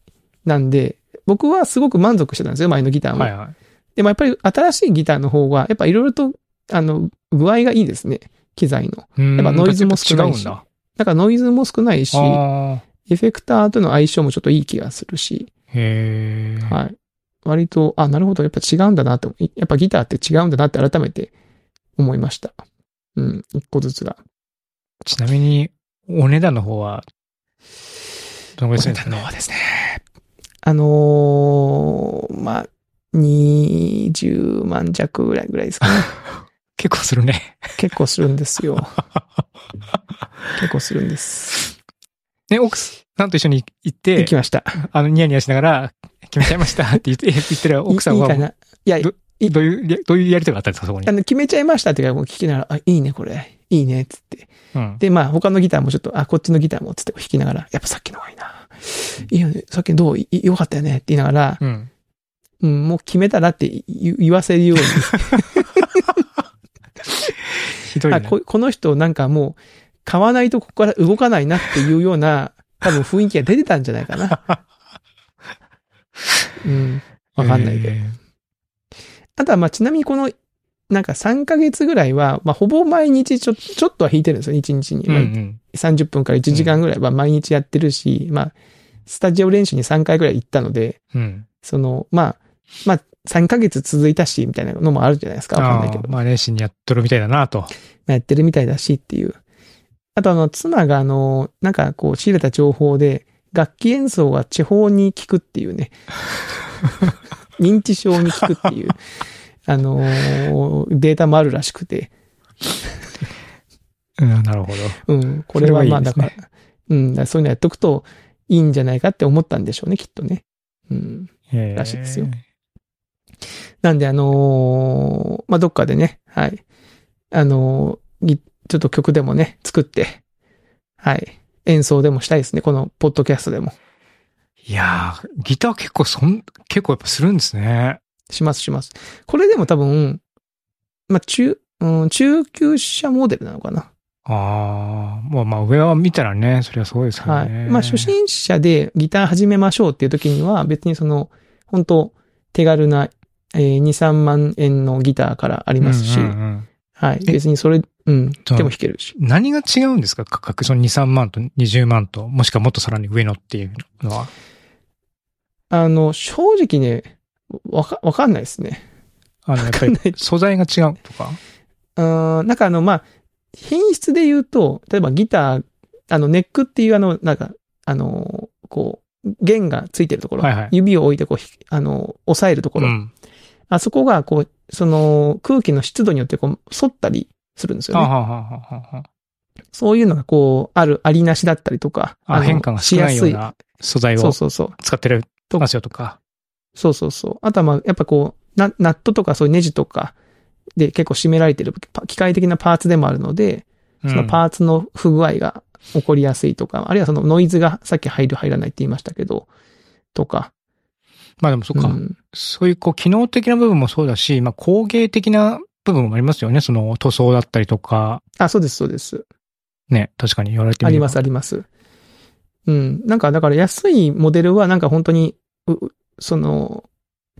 なんで、僕はすごく満足してたんですよ、前のギターも。はいはい。でもやっぱり新しいギターの方は、やっぱいろいろと、あの、具合がいいですね、機材の。ややっぱノイズも少ない違うしんだ。だからノイズも少ないし、ああ。エフェクターとの相性もちょっといい気がするし、へえ。はい。割と、あ、なるほど、やっぱ違うんだなって、いやっぱギターって違うんだなって改めて思いました。うん、一個ずつが。ちなみに、お値段の方は、どのぐらいするんですかね。ですね。あのー、まあ、20万弱ぐらいぐらいですかね。 [LAUGHS] 結構するね。 [LAUGHS] 結構するんですよ。結構するんです。ね、奥さんと一緒に行って、行きました。あの、ニヤニヤしながら、決めちゃいましたって言って、言 [LAUGHS] ってる奥さんいいいはか、な。いや、どういうや、どういうやりとりがあったんですか、そこにあ。の、決めちゃいましたっていうから、もう聞きながら、あ、いいね、これ。いいね、っつって。うん。で、まあ、他のギターもちょっと、あ、こっちのギターも、つって弾きながら、やっぱさっきの方がいいな。いいよね。さっきのどういいよかったよね。って言いながら、うん。うん、もう決めたらって言言わ [LAUGHS] せるようにひどいあね。こ、この人なんかもう、買わないとここから動かないなっていうような、多分雰囲気が出てたんじゃないかな。 [LAUGHS] うん。わかんないけど。えーあとは、まあ、ちなみにこの、なんか3ヶ月ぐらいは、まあ、ほぼ毎日ちょ、ちょっとは弾いてるんですよ、1日に。うんうん。 30分から1時間ぐらいは毎日やってるし、まあ、スタジオ練習に3回ぐらい行ったので、うん。その、まあ、まあ、3ヶ月続いたし、みたいなのもあるじゃないですか。わかんないけあーど。ままあ、熱心にやっとるみたいだなと。あ、やってるみたいだしっていう。あと、あの、妻が、あの、なんかこう、仕入れた情報で、楽器演奏は地方に効くっていう [LAUGHS] ね。認知症に効くっていう、あのーデータもあるらしくて。うん、なるほど。うん。これはまあ、だそかれら、はいいうん。だからそういうのやっとくといいんじゃないかって思ったんでしょうね、きっとね。うん。えーらしいですよ。なんで、あのーまあ、どっかでね、はい。あのーぎちょっと曲でもね、作って、はい。演奏でもしたいですね、このポッドキャストでも。いやー、ギター結構そん、結構やっぱするんですね。します、します。これでも多分、まあ、中、うん、中級者モデルなのかな。ああ、まあまあ上は見たらね、そりゃそうですけどはいね。。まあ、初心者でギター始めましょうっていう時には、別にその、本当手軽な、えー、2、3万円のギターからありますし、うんうんうんはい。え別にそれ、うん、でそうも弾けるし。何が違うんですか価格、その2、3万と20万と、もしくはもっとさらに上のっていうのは。あの、正直ね、わか、わかんないですね。あの、やっぱわりかんない素材が違うとか。うーん、なんかあの、まあ、品質で言うと、例えばギター、あの、ネックっていうあの、なんか、あの、こう、弦がついてるところ、はいはい指を置いてこうひ、あの、押さえるところ、うん。あそこがこう、その空気の湿度によってこう、反ったりするんですよはあね。はあはあはあはそういうのがこう、ある、ありなしだったりとか、あ。あの変化が少ないような素材しやすいそをうそうそう。使ってるとますよとか。そうそうそう。あとはまあ、やっぱこう、な、ナットとかそういうネジとかで結構締められてるパ機械的なパーツでもあるので、うんそのパーツの不具合が起こりやすいとか、あるいはそのノイズがさっき入る入らないって言いましたけど、とか。まあでもそっか。うんそういうこう機能的な部分もそうだし、まあ工芸的な部分もありますよね。その塗装だったりとか、あ、そうです、そうです。ね、確かに言われてあみりればます、あります。うん。なんか、だから安いモデルはなんか本当に、ううその、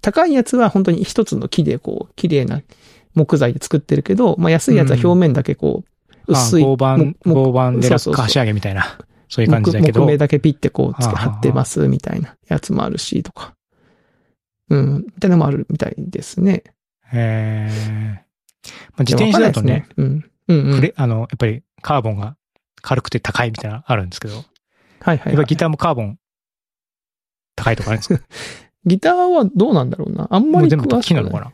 高いやつは本当に一つの木でこう、綺麗な木材で作ってるけど、まあ安いやつは表面だけこう、あ薄い、合板木、木合板でラッそうそうカそうー仕上げみたいな、そういう感じだけど。木木目だけピッてこうつはけ、あはあ貼ってますみたいなやつもあるし、とか。うん、みたいなのもあるみたいですね。えーまあ、自転車だとね、でもわかんないですね。うん。うん、うクん。レあの、やっぱりカーボンが軽くて高いみたいなのあるんですけど、やはいはい、っはぱい。ギターもカーボン高いとかあるんです [LAUGHS] かギターはどうなんだろうな。あんまもうり全部詳し木くなのかいな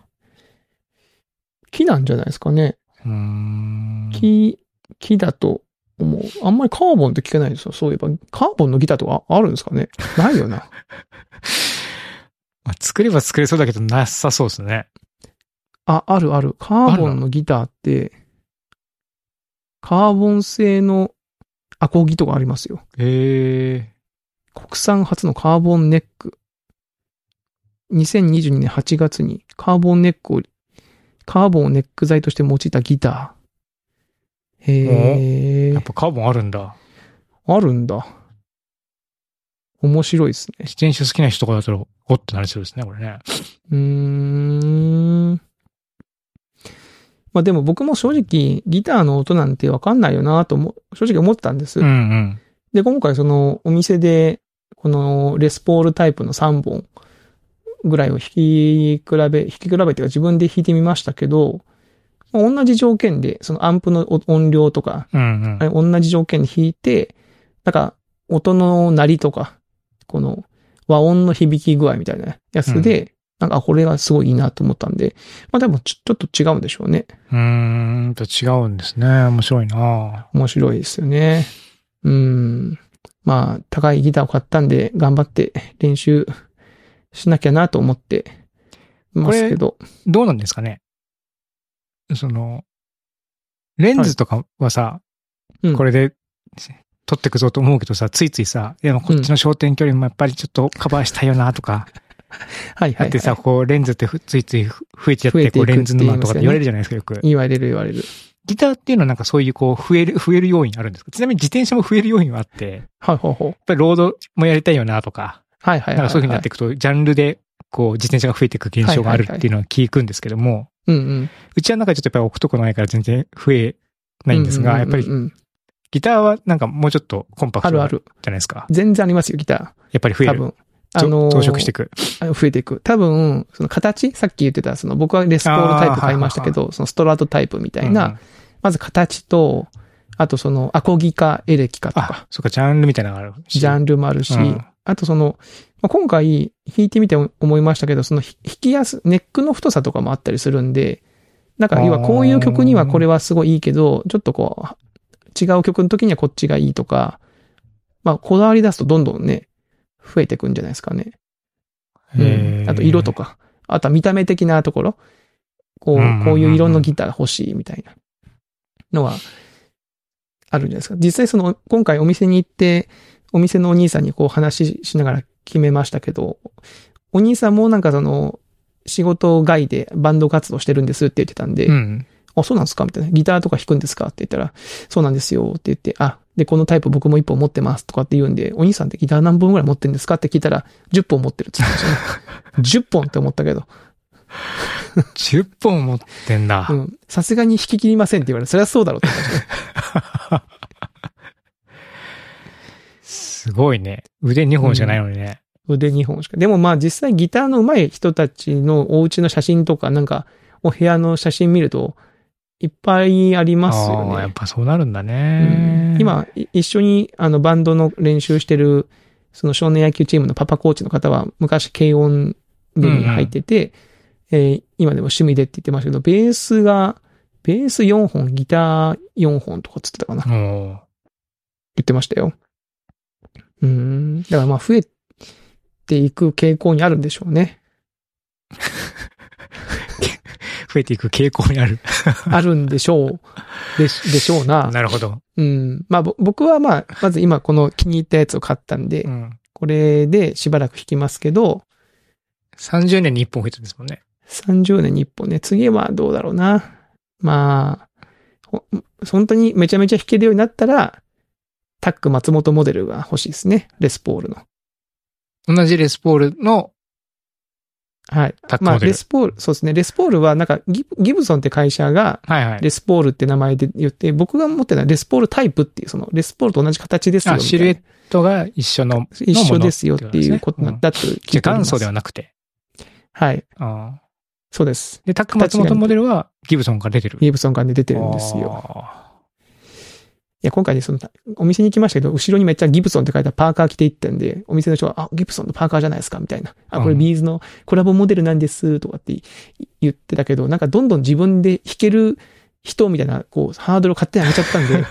木なんじゃないですかね。うーん。木、木だと思う。あんまりカーボンって聞けないですよ。そういえば。カーボンのギターとかあるんですかねないよな。まあ作れば作れそうだけど、なさそうですね。あ、あるある。カーボンのギターって、カーボン製のアコギとかありますよ。え国産初のカーボンネック。2022年8月にカーボンネックを、カーボンをネック材として用いたギター。へー、やっえ、ぱカーボンあるんだ。あるんだ。面白いですね。自転車好きな人とかだと、おってなりそうですね、これね。うーん。まあでも僕も正直ギターの音なんてわかんないよなと思う、正直思ってたんです。うんうん。で、今回そのお店で、このレスポールタイプの3本ぐらいを弾き比べ、弾き比べていうか自分で弾いてみましたけど、まあ同じ条件で、そのアンプの音音量とか、うんうんあ。れ同じ条件で弾いて、なんか音の鳴りとか、この和音の響き具合みたいなやつで、なんかあこれがすごいいいなと思ったんで、まあでもちょちょっと違うんでしょうね。うーんと違うんですね。面白いな面白いですよね。うん。まあ、高いギターを買ったんで、頑張って練習しなきゃなと思ってますけど。どうなんですかねその、レンズとかはさ、うんこれで撮ってくぞと思うけどさ、ついついさ、いやこっちの焦点距離もやっぱりちょっとカバーしたいよなとか、はいはだい、ってはさ、い。こうレンズってふついついふ増えちゃっ増えてて、いこうくレンズ沼とかっってて言い言ますよねわれるじゃないですか、よく。言われる言われる。ギターっていうのはなんかそういうこう増える、増える要因あるんですかちなみに自転車も増える要因はあって、やっはいはいはい。ぱりロードもやりたいよなとか、はいはいはい、はい。なんかそういう風になっていくと、ジャンルでこう自転車が増えていく現象があるっていうのは聞くんですけども、うんうん。うちはなんかちょっとやっぱり置くとこないから全然増えないんですが、やっぱうんりうんうんギターはなんかもうちょっとコンパクあトじるゃなあいる。ですか。全然ありますよ、ギタやっぱり増ー。え多る。分。あのー増殖していく。あの増えていく。多分、その形さっき言ってた、その僕はレスポールタイプ買いましたけど、そのストラトタイプみたいな、うんうんまず形と、あとそのアコギかエレキかとかあ、、そっか、ジャンルみたいなのがあるし。ジャンルもあるし、うんあとその、まあ今回弾いてみて思いましたけど、そのひ弾きやす、ネックの太さとかもあったりするんで、なんか要はこういう曲にはこれはすごいいいけど、ちょっとこう、違う曲の時にはこっちがいいとか、まあこだわり出すとどんどんね、増えていくんじゃないですかね。うんへーあと色とか、あとは見た目的なところ、こうんうんうんうう、んこういう色のギターが欲しいみたいなのはあるんじゃないですか。実際その、今回お店に行って、お店のお兄さんにこう話ししながら決めましたけど、お兄さんもなんかその、仕事外でバンド活動してるんですって言ってたんで、うん。あ、そうなんですかみたいな。ギターとか弾くんですかって言ったら、そうなんですよって言って、あ、で、このタイプ僕も1本持ってますとかって言うんで、お兄さんってギター何本ぐらい持ってるんですかって聞いたら、10本持ってるって言って [LAUGHS] ましたね。10本って思ったけど、 10本持ってんだう。ん。さすがに弾き切りませんって言われて、そりゃそうだろうって思いましたね。すごいね。腕2本じゃないのにね。腕2本しか。でもまあ実際ギターの上手い人たちのお家の写真とか、なんか、お部屋の写真見ると、いっぱいありますよあーやっね。ぱそうなるんだうんね。、今、い一緒にあのバンドの練習してる、その少年野球チームのパパコーチの方は、昔軽音部に入ってて、えー今でも趣味でって言ってましたけど、ベースが、ベース4本、ギター4本とかっつってたかな。おー言ってましたよ。うん。だからまあ増えていく傾向にあるんでしょうね。 [LAUGHS] 増えていく傾向にある。あるんでしょう。でし、でしょう [LAUGHS] な。なるほど。うん。まあぼ僕はまあ、まず今この気に入ったやつを買ったんで、うん。これでしばらく弾きますけど、 30年に1本増えてるんですもんね。 30年に1本ね、次はどうだろうな。まあ、ほ本当にめちゃめちゃ弾けるようになったら、タック松本モデルが欲しいですね。レスポールの。同じレスポールの、はい。タックまあ、モデルレスポール、そうですね。レスポールはなんかギブ、ギブソンって会社が、はいはい。レスポールって名前で言って、僕が持ってたレスポールタイプっていう、その、レスポールと同じ形ですよあ、みたいな。シルエットが一緒の。一緒ですよっていうことなんだと聞じいゃてあおりま元す。祖ではなくて。はい。あーそうです。で、タック松本モデルはギブソンから出てる。ギブソンから出てるんですよ。あいや、今回ね、その、お店に行きましたけど、後ろにめっちゃギブソンって書いたパーカー着て行ったんで、お店の人が、あ、ギブソンのパーカーじゃないですか、みたいな。あ、これうんビーズのコラボモデルなんです、とかってい言ってたけど、なんかどんどん自分で弾ける人みたいな、こう、ハードルを勝手に上げちゃっ [LAUGHS] たんで、も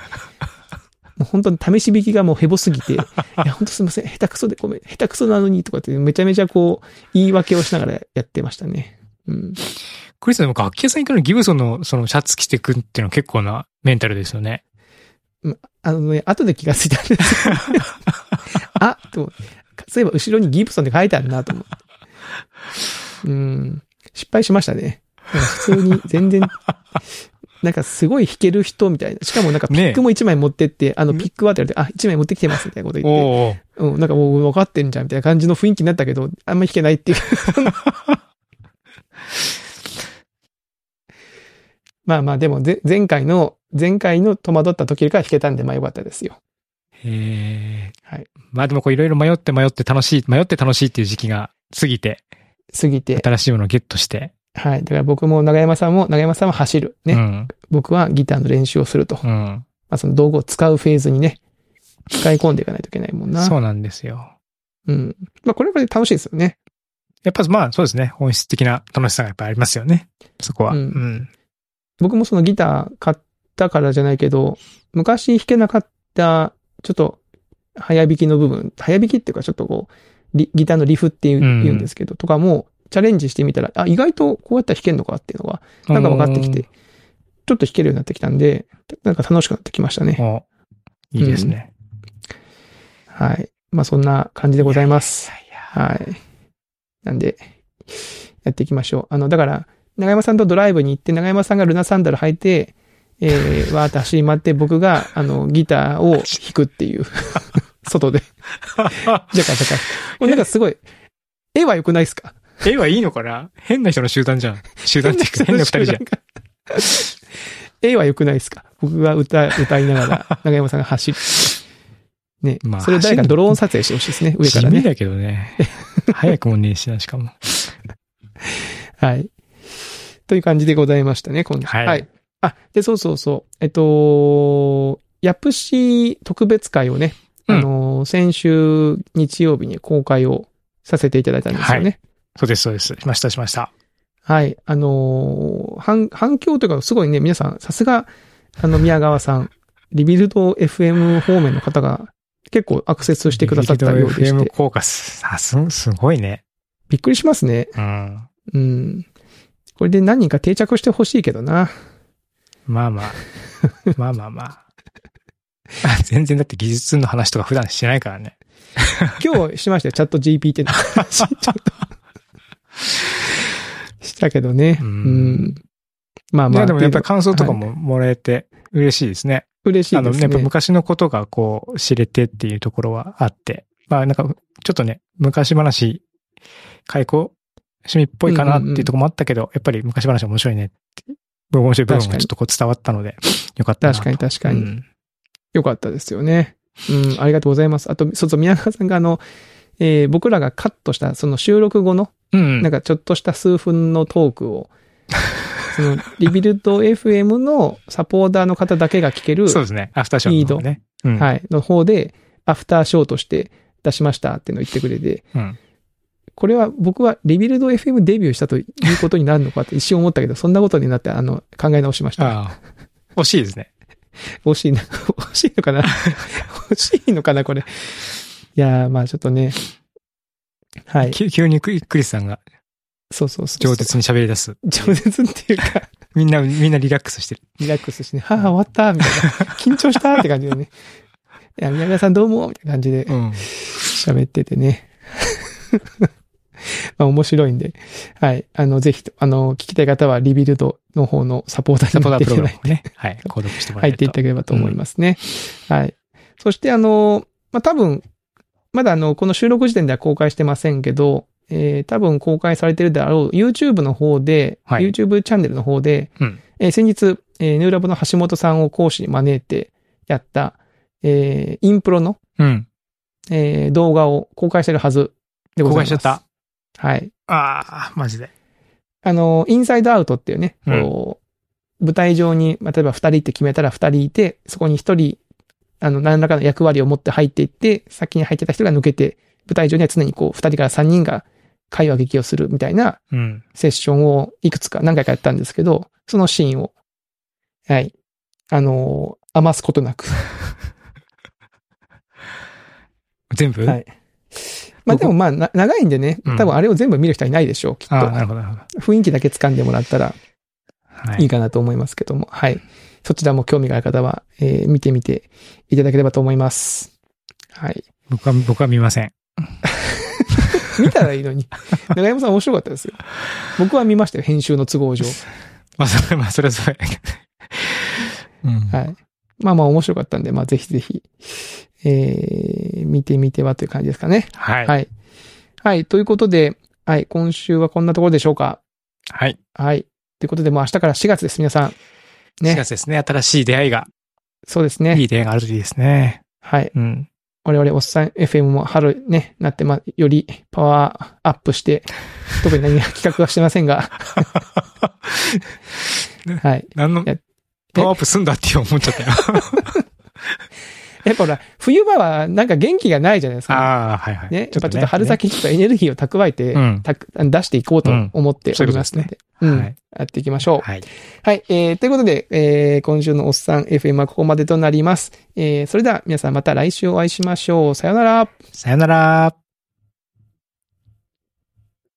う本当に試し弾きがもうヘボす [LAUGHS] ぎて、いや、本当すいません、下手くそで、ごめん、下手くそなのに、とかって、めちゃめちゃこう、言い訳をしながらやってましたね。うん。ークリスさん、でも楽器屋さん行くのにギブソンのそのシャツ着てくっていうのは結構なメンタルですよね。あのね、後で気がついた [LAUGHS] んですよ。あ、と思ってそういえば後ろにギブソンって書いてあるなと思って。うん。失敗しましたね。なんか普通に [LAUGHS] 全然、なんかすごい弾ける人みたいな。しかもなんかピねえックも1枚持ってって、あのうんピックはって言われて、あ、1枚持ってきてますみたいなこと言って、おお。うん、なんかもう分かってんじゃんみたいな感じの雰囲気になったけど、あんま弾けないっていう。 [LAUGHS] まあまあでもぜ、前回の、前回の戸惑った時よりかは弾けたんで、まあよかったですよ。ええはい。まあでもこういろいろ迷って迷って楽しい、迷って楽しいっていう時期が過ぎて、過ぎて。新しいものをゲットして。はい。だから僕も長山さんも、長山さんは走る。ね。うん。僕はギターの練習をすると。まうん。あその道具を使うフェーズにね、使い込んでいかないといけないもんな。そうなんですよ。うん。まあこれはこれで楽しいですよね。やっぱまあそうですね。本質的な楽しさがやっぱりありますよね。そこは。ううんん。僕もそのギター買ったからじゃないけど、昔弾けなかった、ちょっと、早弾きの部分、早弾きっていうかちょっとこう、リギターのリフっていう,、うん言うんですけど、とかも、チャレンジしてみたら、あ、意外とこうやったら弾けるのかっていうのが、なんか分かってきて、ちょっと弾けるようになってきたんで、なんか楽しくなってきましたねうん。。おいいですね。はい。まあそんな感じでございます。いやはい。なんで、やっていきましょう。あの、だから、長山さんとドライブに行って、長山さんがルナサンダル履いて、え [LAUGHS] ー、わーって走り回って、僕が、あの、ギターを弾くっ [LAUGHS] ていう。外で。じゃかじゃか。これなんかすごい、絵は良くないですか絵はいいのかな変な人の集団じゃん。集団っていうか変な二人じゃん。 [LAUGHS] 絵は良くないですか僕が歌、歌いながら、長山さんが走る。ね。まあそれ誰かドローン撮影してほしいですね。上から地味ね。だけどね。早くもねえしな、しかも。はい。という感じでございましたね、今度。はいあ、で、そうそうそう。えっと、ヤプシ特別会をね、うんあの、先週日曜日に公開をさせていただいたんですよね。そうです、そうです。しました、しました。はい。あの、反、反響というか、すごいね、皆さん、さすが、あの、宮川さん、リビルド FM 方面の方が結構アクセスしてくださったようでし FM て、効果す、あ、す、すごいね。びっくりしますね。うん。うん。これで何人か定着してほしいけどな。まあま [LAUGHS] あ。まあまあまあ。全然だって技術の話とか普段してないから [LAUGHS] ね。今日しましたよ、チャット GPT の話。ちょっとしたけどね。ううんん。まあいまあ。やでもやっぱりっていう感想とかももらえて嬉しいですね。の嬉しいあのね、ですやっぱね。昔のことがこう知れてっていうところはあって。まあなんかちょっとね、昔話、開口趣味っぽいかなっていうところもあったけど、やっぱり昔話面白いねって。面白い部分確かがにちょっとこう伝わったので、よかったなと。確かに確かに。うんよかったですよね。うん、ありがとうございます。あと、そうそう、宮川さんがあの、えー僕らがカットした、その収録後の、うん。 [LAUGHS] なんかちょっとした数分のトークを、その、リビルド FM のサポーターの方だけが聞ける、そうですね。アフターショーの方ね。うんはい、の方で、アフターショーとして出しましたっていうのを言ってくれて、うんこれは僕はリビルド FM デビューしたということになるのかって一瞬思ったけど、そんなことになって、あの、考え直しました。ああ。惜しいですね。惜しいな、 [LAUGHS] 惜しいの [LAUGHS] かな惜しいのかな、これ。いやー、まあちょっとね。はい。き急にクリクリスさんがそうそうそう。上。舌に喋り出す。饒舌っていう [LAUGHS] か、みんな、みんなリラックスしてる。リラックスしてね、はあ、終わった、みたいな。 [LAUGHS] 緊張したって感じでね。いや、宮川さんどうも、みたいな感じでうん。喋っててね。 [LAUGHS] まあ面白いんで。はい。あの、ぜひと、あの、聞きたい方はリビルドの方のサポーターサにポーなタっーていプロたグラだムをね。い [LAUGHS] はい。購読してもら入えっるていと。ただければと思いますね。はい。そして、あの、まあ、多分、まだあの、この収録時点では公開してませんけど、えー、多分公開されてるであろう YouTube の方で、はい YouTube チャンネルの方で、うんえー先日、えー、ヌーラボの橋本さんを講師に招いてやった、えー、インプロの、うん。えー、動画を公開してるはずでございま公開しす。ちゃっはい。ああ、マジで。あの、インサイドアウトっていうね、うんこう、舞台上に、まあ例えば二人って決めたら二人いて、そこに一人、あの、何らかの役割を持って入っていって、先に入ってた人が抜けて、舞台上には常にこう、二人から三人が会話劇をするみたいなうん。セッションをいくつか何回かやったんですけど、そのシーンを、はい、あの、余すことなく。 [LAUGHS] 全部はい。まあでもまあ、な長いんでね、うん多分あれを全部見る人はいないでしょう、きっと。ああ、なるほど、なるほ雰囲気だけ掴んでもらったら、ど。はいいい。かなと思いますけども、はい。そちらも興味がある方は、えー見てみていただければと思います。はい。僕は、僕は見ません。見たらいいの [LAUGHS] に。長山さん面白かったですよ。僕は見ましたよ、編集の都合上。まあ、それ、まあ、それはそれ。 [LAUGHS] うん。はい。まあまあ面白かったんで、まあぜひぜひ、えー、見てみてはという感じですかね。はい。はい。はい。ということで、はい。今週はこんなところでしょうか。はい。はい。ということで、もう明日から4月です、皆さん。 4ね。月ですね。新しい出会いが、そうですね。いい出会いがあるといいですね。はい。うん。我々おっさん FM も春ね、なって、まあ、よりパワーアップ [LAUGHS] して、特に何も企画はしてませんが、はい。何の、やパワーアップすんだって今思っちゃったよ。やっぱほら、冬場はなんか元気がないじゃないですか。ああ、はいはい。ね、やっぱちょっねと春。先ちょっとエネルギーを蓄えて、うん。たく出していこうと思っておりますので、ううんん、そういうことですねはいやっていきましょう。はい。はい、えー、ということで、えー、今週のおっさん FM はここまでとなります。えー、それでは皆さんまた来週お会いしましょう。さようなら。さよなら。